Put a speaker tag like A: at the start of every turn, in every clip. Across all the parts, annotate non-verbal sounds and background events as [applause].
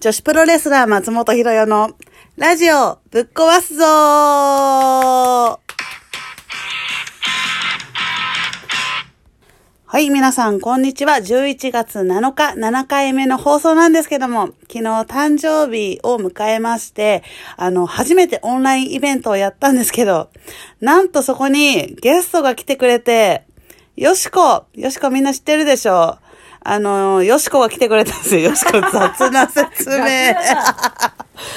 A: 女子プロレスラー松本ひろよのラジオぶっ壊すぞーはい、皆さん、こんにちは。11月7日、7回目の放送なんですけども、昨日誕生日を迎えまして、あの、初めてオンラインイベントをやったんですけど、なんとそこにゲストが来てくれて、よしこよしこみんな知ってるでしょあの、よしこが来てくれたんですよ。よしこ [laughs] 雑な説明。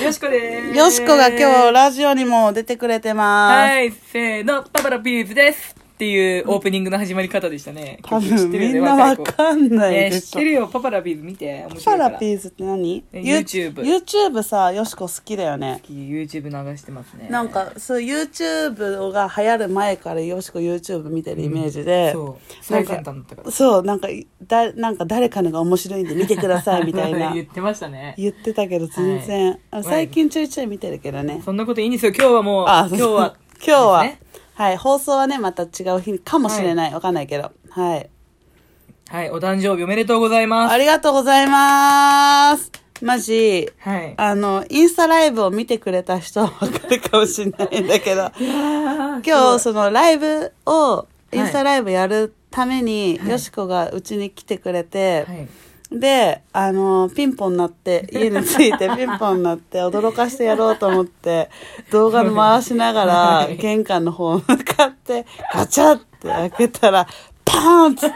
B: よしこです。。
A: よしこが今日ラジオにも出てくれてます
B: はい、せーの、パパラピーズです。っていうオープニングの始まり方でしたね。
A: 多分みんなわかんない
B: でしょ。ね、知ってるよ、パパラピーズ見て。
A: パパラピーズって何
B: ?YouTube。
A: YouTube さ、よしこ好きだよね。
B: 好き、YouTube 流してますね。
A: なんか、そう、YouTube が流行る前からよしこ YouTube 見てるイメージで。
B: うん、そう、最先端だったから。
A: そう、なんか、だなんか誰かのが面白いんで見てくださいみたいな。
B: [laughs] 言ってましたね。
A: 言ってたけど全然。はい、最近ちょいちょい見てるけどね。
B: そんなこといいんですよ、今日はもう。あ、今日は。
A: 今日は。はい、放送はね、また違う日かもしれない。わ、はい、かんないけど。はい。
B: はい、お誕生日おめでとうございます。
A: ありがとうございます。マジ、
B: はい、
A: あの、インスタライブを見てくれた人はわかるかもしれないんだけど、今日そのライブを、インスタライブやるために、はい、よしこがうちに来てくれて、はいで、あのー、ピンポンなって、 [laughs] 家に着いてピンポンなって、驚かしてやろうと思って、動画の回しながら、玄関の方向かって、ガチャって開けたら、パーンっつって。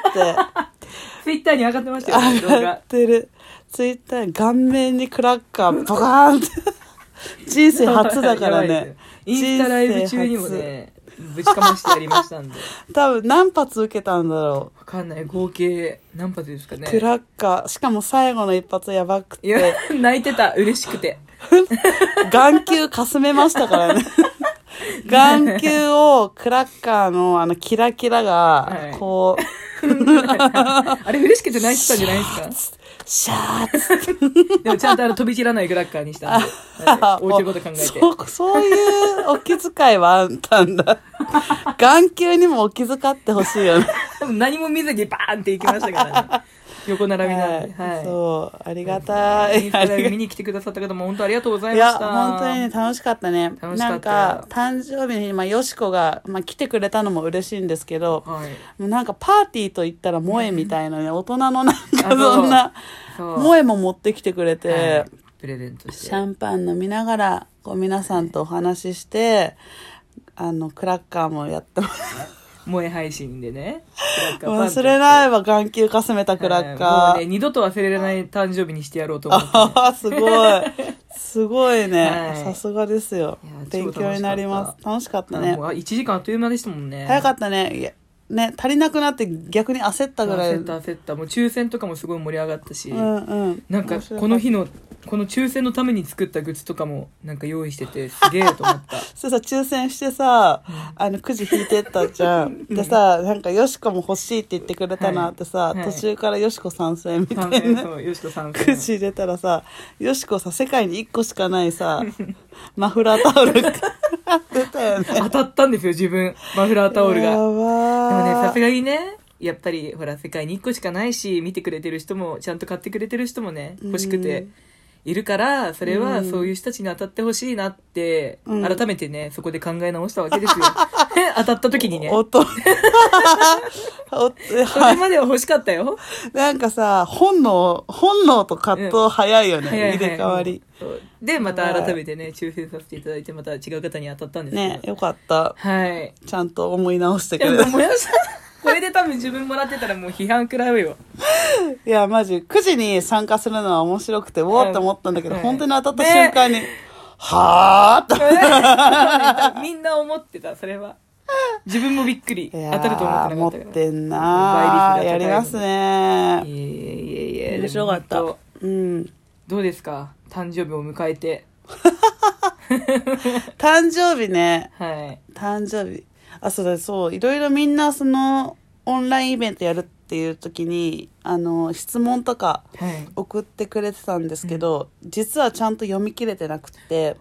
B: ツイッターに上がってましたよ、ね、動画。上が
A: ってる。ツイッター、顔面にクラッカー、ボカ
B: [laughs]
A: ーンって。人生初だからね。
B: インスタライブ中にもね、ぶちかましてやりましたん
A: [laughs]
B: で
A: 多分何発受けたんだろ
B: う分かんない合計何発ですか
A: ク
B: ね
A: ラッカーしかも最後の一発やばくて
B: 泣いてた嬉しくて
A: 眼球かすめましたから
B: [laughs]
A: ね眼球をクラッカーのあのキラキラがこ
B: う、はい、あれ嬉しくて泣いてたんじゃな
A: [laughs]
B: いですか
A: シャー
B: って。でもちゃんとあの飛び散らないクラッカーにし
A: [laughs]
B: たんで。おうちのこと考えて。
A: そそういうお気遣いはあったんだ。眼球にもお気遣ってほしいよね。。
B: 何も見ずにバーンっていきましたからね。横並びなんで、はい
A: そう、ありがたい。
B: 見に来てくださった方も本当ありがとうございました。いや、
A: 本当にね、楽しかったね。楽しかった。なんか、誕生日の日に、まあ、よしこが、まあ、来てくれたのも嬉しいんですけど、はい、もうなんかパーティーと言ったら萌えみたいなね、大人のなんかそんな、萌えも持ってきてくれて、はい、
B: プレゼントして。
A: シャンパン飲みながら、こう皆さんとお話しして、はい、あの、クラッカーもやってます。
B: 萌え配信
A: [laughs]
B: でね。
A: 忘れないわ、眼球かすめたクラッカー。
B: はい、もうね、二度と忘れられない誕生日にしてやろうと思って、ね、
A: ああ、すごい。
B: [laughs]
A: すごいね。さすがですよ。勉強になります。楽しかったね。
B: もう1時間あっという間でしたもんね。
A: 早かったね。ね、足りなくなって逆に焦ったぐらい。
B: 焦った焦った。もう抽選とかもすごい盛り上がったし。
A: うんうん。
B: なんか、この日の、この抽選のために作ったグッズとかもなんか用意してて、すげえと
A: [laughs]
B: 思った。
A: そうさ、抽選してさ、あの、くじ引いてったじゃ
B: [laughs]
A: ん。でさ、なんか、よしこも欲しいって言ってくれたなってさ、途中からよしこ参戦みたいな。
B: そう、よしこ参
A: 戦。くじ入れたらさ、よしこさ、世界に1個しかない
B: [laughs]
A: さ、マフラータオル [laughs] 出たよね。
B: 当たったんですよ、自分。マフラータオルが。
A: やば
B: でもね、さすがにね、やっぱり、ほら、世界に1個しかないし、見てくれてる人も、ちゃんと買ってくれてる人もね、欲しくて。いるから、それはそういう人たちに当たってほしいなって、うん、改めてね、そこで考え直したわけです
A: [laughs]
B: よ。当たった時にね。
A: おっ
B: [laughs]
A: と。
B: それまでは欲しかったよ。
A: なんかさ、本能、本能と葛藤早いよね、うん、入れ替わり。
B: で、また改めてね、抽選させていただいて、また違う方に当たったんです
A: ね。よかった。
B: はい。
A: ちゃんと思い直してくれた。
B: これで多分自分もらってたらもう批判食らうよ。
A: いや、マジ、9時に参加するのは面白くて、おおって思ったんだけど、はい、本当に当たった瞬間に、ね、は
B: ぁって。 [laughs] みんな思ってた、それは。自分もびっくり。当たると思ってなかった
A: 持ってんなぁ。やりますね。
B: いえいえいえ。
A: 面白かった。うん。
B: どうですか誕生日を迎えて。
A: 誕生日ね。
B: はい。
A: 誕生日。あ、そうだ、そう、いろいろみんなその、オンラインイベントやるっていう時に、あの、質問とか送ってくれてたんですけど、はいうん、実はちゃんと読み切れてなくて、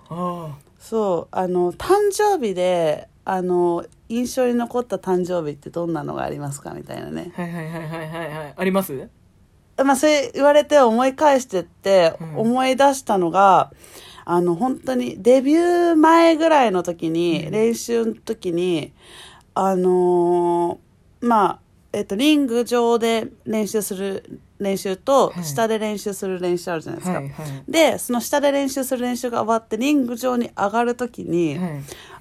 A: そう、あの、誕生日で、あの、印象に残った誕生日ってどんなのがありますかみたいなね。
B: はいはいはいはいはい。あります
A: まあ、それ言われて思い返してって
B: うん
A: 思い出したのが、あの本当にデビュー前ぐらいの時に、練習の時にあのーまあえっとリング上で練習する練習と、
B: はい
A: 下で練習する練習あるじゃないですか。
B: はいはい
A: でその下で練習する練習が終わってリング上に上がる時に、
B: はい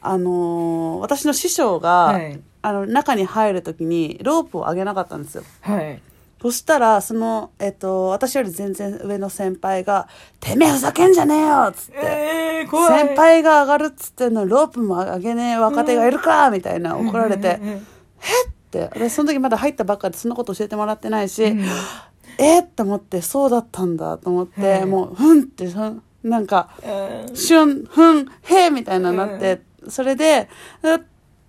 A: あのー私の師匠が、
B: はい
A: あの中に入る時にロープを上げなかったんですよ。
B: はい
A: そしたら、その、えっと、私より全然上の先輩が、てめえふざけんじゃねえよっつって、
B: えー、怖い
A: 先輩が上がるっつってんのにロープも上げねえ若手がいるかみたいな怒られて
B: うん、うんうん
A: って、私その時まだ入ったばっかでそんなこと教えてもらってないし、
B: うん
A: えっと思って、そうだったんだと思って、
B: うん
A: もう、ふんって、そんなんか、
B: うん
A: シュン、ふん、へえみたいなのになって、それで、うっ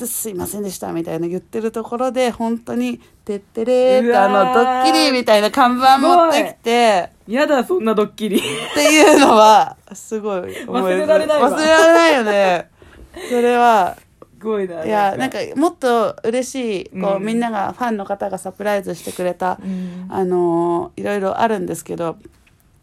A: すいませんでしたみたいな言ってるところで、本当に、てってれーっ
B: う
A: て
B: わ
A: あ
B: ー
A: の、ドッキリみたいな看板持ってきて、
B: やだそんなドッキリ
A: っていうのは、すごい思い出
B: 忘れられないわ
A: 忘れられないよね。それは、
B: すごいない
A: や、なんか、もっと嬉しい、こう、
B: うん
A: みんなが、ファンの方がサプライズしてくれた、
B: うん
A: あのーいろいろあるんですけど、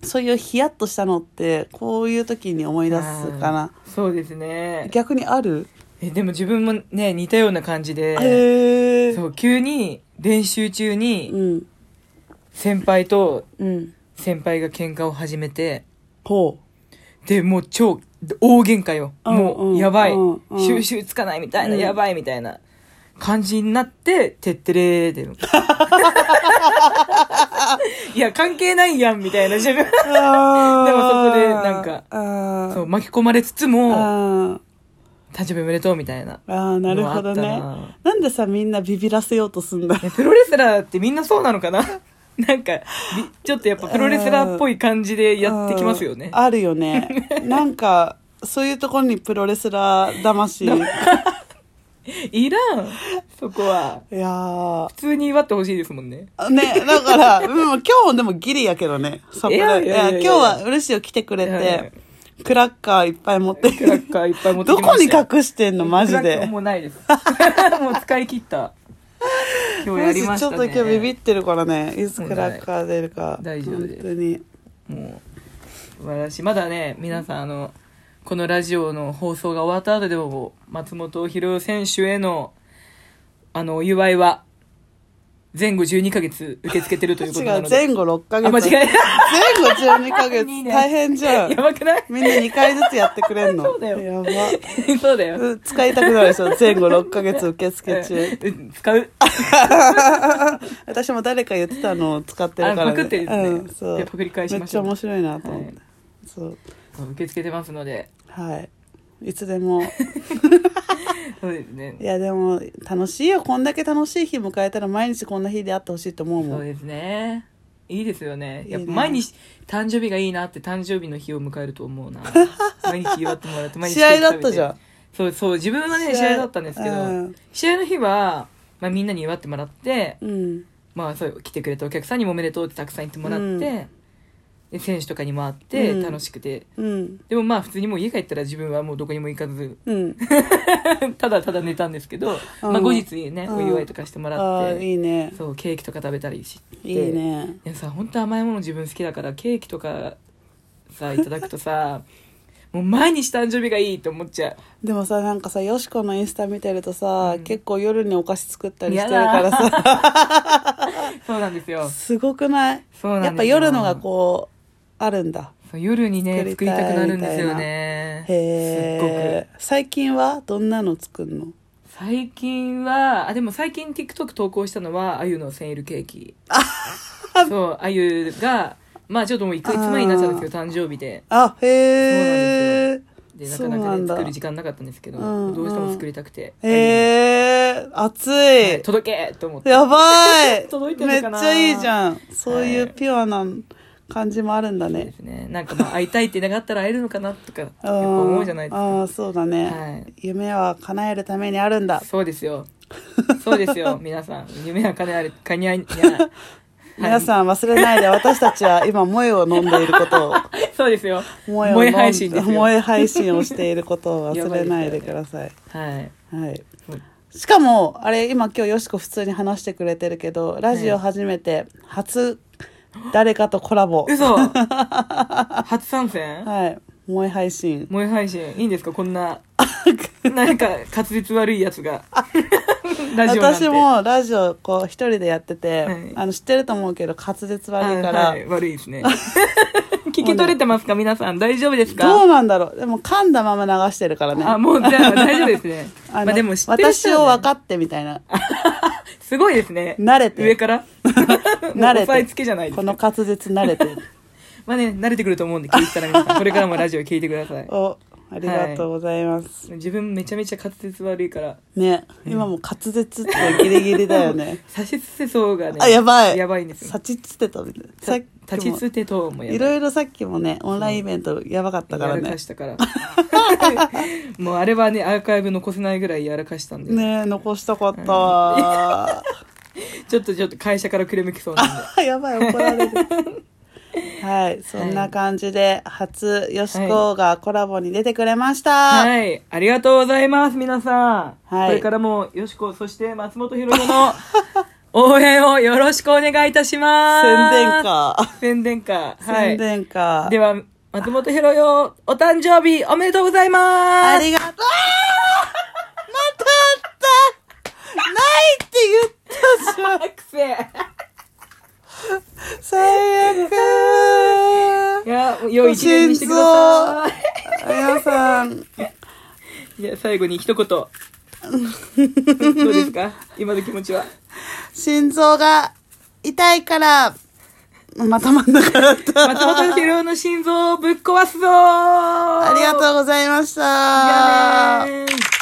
A: そういうヒヤッとしたのって、こういう時に思い出すかな。
B: あーそうですね
A: [laughs] 逆にある
B: えでも自分もね似たような感じで
A: へえ
B: そう急に練習中
A: う
B: に
A: ん
B: 先輩と [laughs]
A: うん
B: 先輩が喧嘩を始めて
A: ほ
B: でもう超大喧嘩よ、
A: うん
B: も
A: うん
B: うやばい、
A: うんうん
B: 収集つかないみたいな、
A: うん
B: やばいみたいな感じになって「てってれー」
A: [laughs]
B: でいや関係ないやんみたいな自分
A: うあ
B: でもそこでなんか
A: あ
B: そうう巻き込まれつつも
A: あ
B: 「誕生日おめでとう」みたいな
A: ーあーなるほど
B: のは
A: ね
B: あったな
A: なんでさみんなビビらせようとすんだ
B: えプロレスラーってみんなそうなのかななんかびちょっとやっぱプロレスラーっぽい感じで [laughs] やってきますよね
A: あーあるよ
B: [laughs]
A: ねなんかそういうところにプロレスラー魂い
B: [laughs] いらんそこは
A: やー
B: 普通に祝ってほしいですもんね
A: ね、だから、 [laughs] うん、今日もでもギリやけどね、サプライズ。
B: いやいやいやいや
A: いや今日は嬉しいよ来てくれ
B: いやい
A: て、クラッカーいっぱい持ってき
B: ク
A: て
B: ラッカーいっぱい持って
A: ど
B: きま
A: こに
B: したよ
A: 隠してんのマジ
B: クラッカ
A: で
B: ー。もうないです [laughs] もう使い切った今日やりましたね
A: マジちょっと今日ビビってるからね。いつクラッカー出るか。
B: 大丈夫です
A: 本当に。
B: もう素晴らしいまだね皆さんあのこのラジオの放送が終わった後でも松本博代選手へのあのお祝いは前後12ヶ月受け付けてるということな
A: [laughs] 違
B: の
A: う、
B: で
A: 前後6ヶ月。
B: あ間違え
A: 前後12ヶ月。
B: いいね
A: 大変じゃ
B: た
A: ん
B: や。ばくない [laughs]
A: みんな2回ずつやってくれんの。
B: そうだよ
A: やば。
B: そうだよ
A: うん使いたくなるでしょ。前後6ヶ月受付中。
B: うん使う
A: 私も誰か言ってたのを使ってる
B: あ
A: から、
B: パクってですね、
A: うん、そう
B: で。パクリ返し
A: めっ
B: まし
A: ちゃ
B: ょう
A: 面白いなと思って。
B: は
A: そう。
B: 受け付けてますので
A: はい。いつでも。
B: そうですね
A: いや、でも、楽しいよ。こんだけ楽しい日迎えたら、毎日こんな日であってほしいと思うも。
B: そうんですねいいですよねやっ
A: いい
B: ぱ
A: ね
B: 毎日誕生日がいいなって誕生日の日を迎えると思
A: [laughs]
B: うな毎日祝ってもらって毎日
A: 試合だったじゃ
B: ん
A: ん。
B: そうそう自分はね試合だったんですけど、
A: うん
B: 試合の日は、まあ、みんなに祝ってもらって、
A: うん。
B: まあ、そう来てくれたお客さんにもおめでとうってたくさん言ってもらって、
A: うん
B: で選手とかにも会って
A: うん
B: 楽しくて、
A: うん。
B: でもまあ普通にもう家帰ったら自分はもうどこにも行かず [laughs]
A: うん。
B: ただただ寝たんですけ
A: う
B: ど、
A: ん
B: まあ、後日にね、
A: うん
B: お祝いとかしても
A: あ
B: らっ
A: あ
B: て
A: ーいいね。
B: そうケーキとか食べたりして
A: いいね。
B: いやさ本当甘いもの自分好きだからケーキとかさいただくとさもう毎日誕生日がいいって思っちゃう
A: でもさ、なんかさ、よしこのインスタ見てるとさ、
B: うん
A: 結構夜にお菓子作ったりしてるからさ、
B: そうなんです
A: [laughs]
B: よ
A: すごくない
B: そう
A: や
B: な
A: っ
B: ん
A: ぱ
B: です
A: 夜のがこう、あるんだ。
B: そう夜にね
A: 作
B: 作
A: り
B: り
A: たい
B: たくなるんですよねすっご
A: へ
B: く
A: え。最近はどんなの作るの
B: 最近はあでも最近 TikTok 投稿したのはあゆのセンイルケーキそうあゆがまあちょっともういくいつ前になっちゃうんですけど誕生日で
A: あ、へえ。
B: でな
A: そう
B: かな
A: な
B: か
A: ん
B: ね
A: だ
B: 作る時間なかったんですけど、
A: うんうん
B: どうしても作りたくて
A: へ
B: え
A: え、熱い。
B: 届けと思って
A: やばい
B: [laughs] 届いてんのかな
A: めっちゃいいじゃん。そうい
B: は
A: う
B: い
A: ピュアな感じもあるんだ
B: そうで
A: ね。
B: すね。なんかまあ会いたいって願ったら会えるのかなとか、やっ
A: あ
B: ぱ思うじゃないですか。
A: あー、そうだね。
B: はい。
A: 夢は叶えるためにあるんだ。
B: そうですよ。そうですよ、皆さん。夢は叶える、かにゃい、いや
A: 皆さん忘れない
B: [laughs]
A: で、私たちは今、萌えを飲んでいることを、
B: そうですよ。
A: 萌えを
B: [laughs] 萌
A: 飲
B: え
A: ん
B: 配信ですよ
A: 萌え配信をしていることを忘れないでください。
B: はい。
A: はい。
B: そう
A: しかも、あれ、今今日よしこ普通に話してくれてるけど、ラジオ初めて初誰かとコラボ。
B: 嘘初参戦
A: はい。萌え配信。
B: 萌え配信いいんですかこんななんか滑舌悪いやつが [laughs] ラジオなんて
A: [laughs] 私もラジオこう一人でやってて、
B: はい
A: あの知ってると思うけど滑舌悪いか
B: あ
A: ら、
B: はい悪いですね [laughs] 聞き取れてますか皆さん大丈夫ですか
A: どうなんだろうでも噛んだまま流してるからね
B: あもうじゃあ大丈夫ですね
A: [laughs]
B: ま
A: あ
B: あ
A: の
B: でも知ってる人
A: 私
B: はね
A: を分かってみたいな
B: すごいですね
A: 慣れて
B: 上から
A: [laughs] 慣
B: 慣
A: れ
B: 押さえつ
A: て
B: けじゃないで
A: [laughs]
B: す
A: こ
B: か
A: の滑舌慣れて
B: まあね慣れてくると思うんで聞いてたら皆さんこれからもラジオ聞いてください
A: おありがとうございます、
B: 自分めちゃめちゃ滑舌悪いから
A: ね今も滑舌ってギリギリだよね
B: 差しつてそうがね
A: あやばい
B: やばいんですよ
A: さちつてたみたいなさ
B: さ
A: っ
B: 立
A: き
B: ち
A: も
B: つてともやば
A: いろいろさっきもねオンラインイベントやばかったから
B: やら
A: ね
B: かしたから
A: [laughs]
B: もうあれはねアーカイブ残せないぐらいやらかしたんで、
A: ねえ残したか [laughs] ったわ、
B: ちょっとちょっと会社からくれむきそうなんで
A: あやばい怒られるはいそんな感じで初よしこがコラボに出てくれました、
B: はいありがとうございます皆さん、
A: はい
B: これからもよしこそして松本ひろの [laughs] 応援をよろしくお願いいたします
A: 宣伝か
B: 宣伝かは
A: 宣
B: い
A: 伝か
B: では松本ひろよお誕生日おめでとうございます
A: ありがとうあーまたあったないって言ったじゃん
B: がくせ
A: 最
B: い
A: 悪
B: やもう良い一年にしてく
A: [laughs]
B: ださ
A: あやさん
B: いじゃあ最後に一
A: [laughs]
B: 言どうですか今の気持
A: [laughs]
B: ちは
A: 心臓が痛いからまたまんなくなった
B: 松本ひろの心臓をぶっ壊すぞ
A: あ
B: あ
A: りがとうございました
B: じゃあねー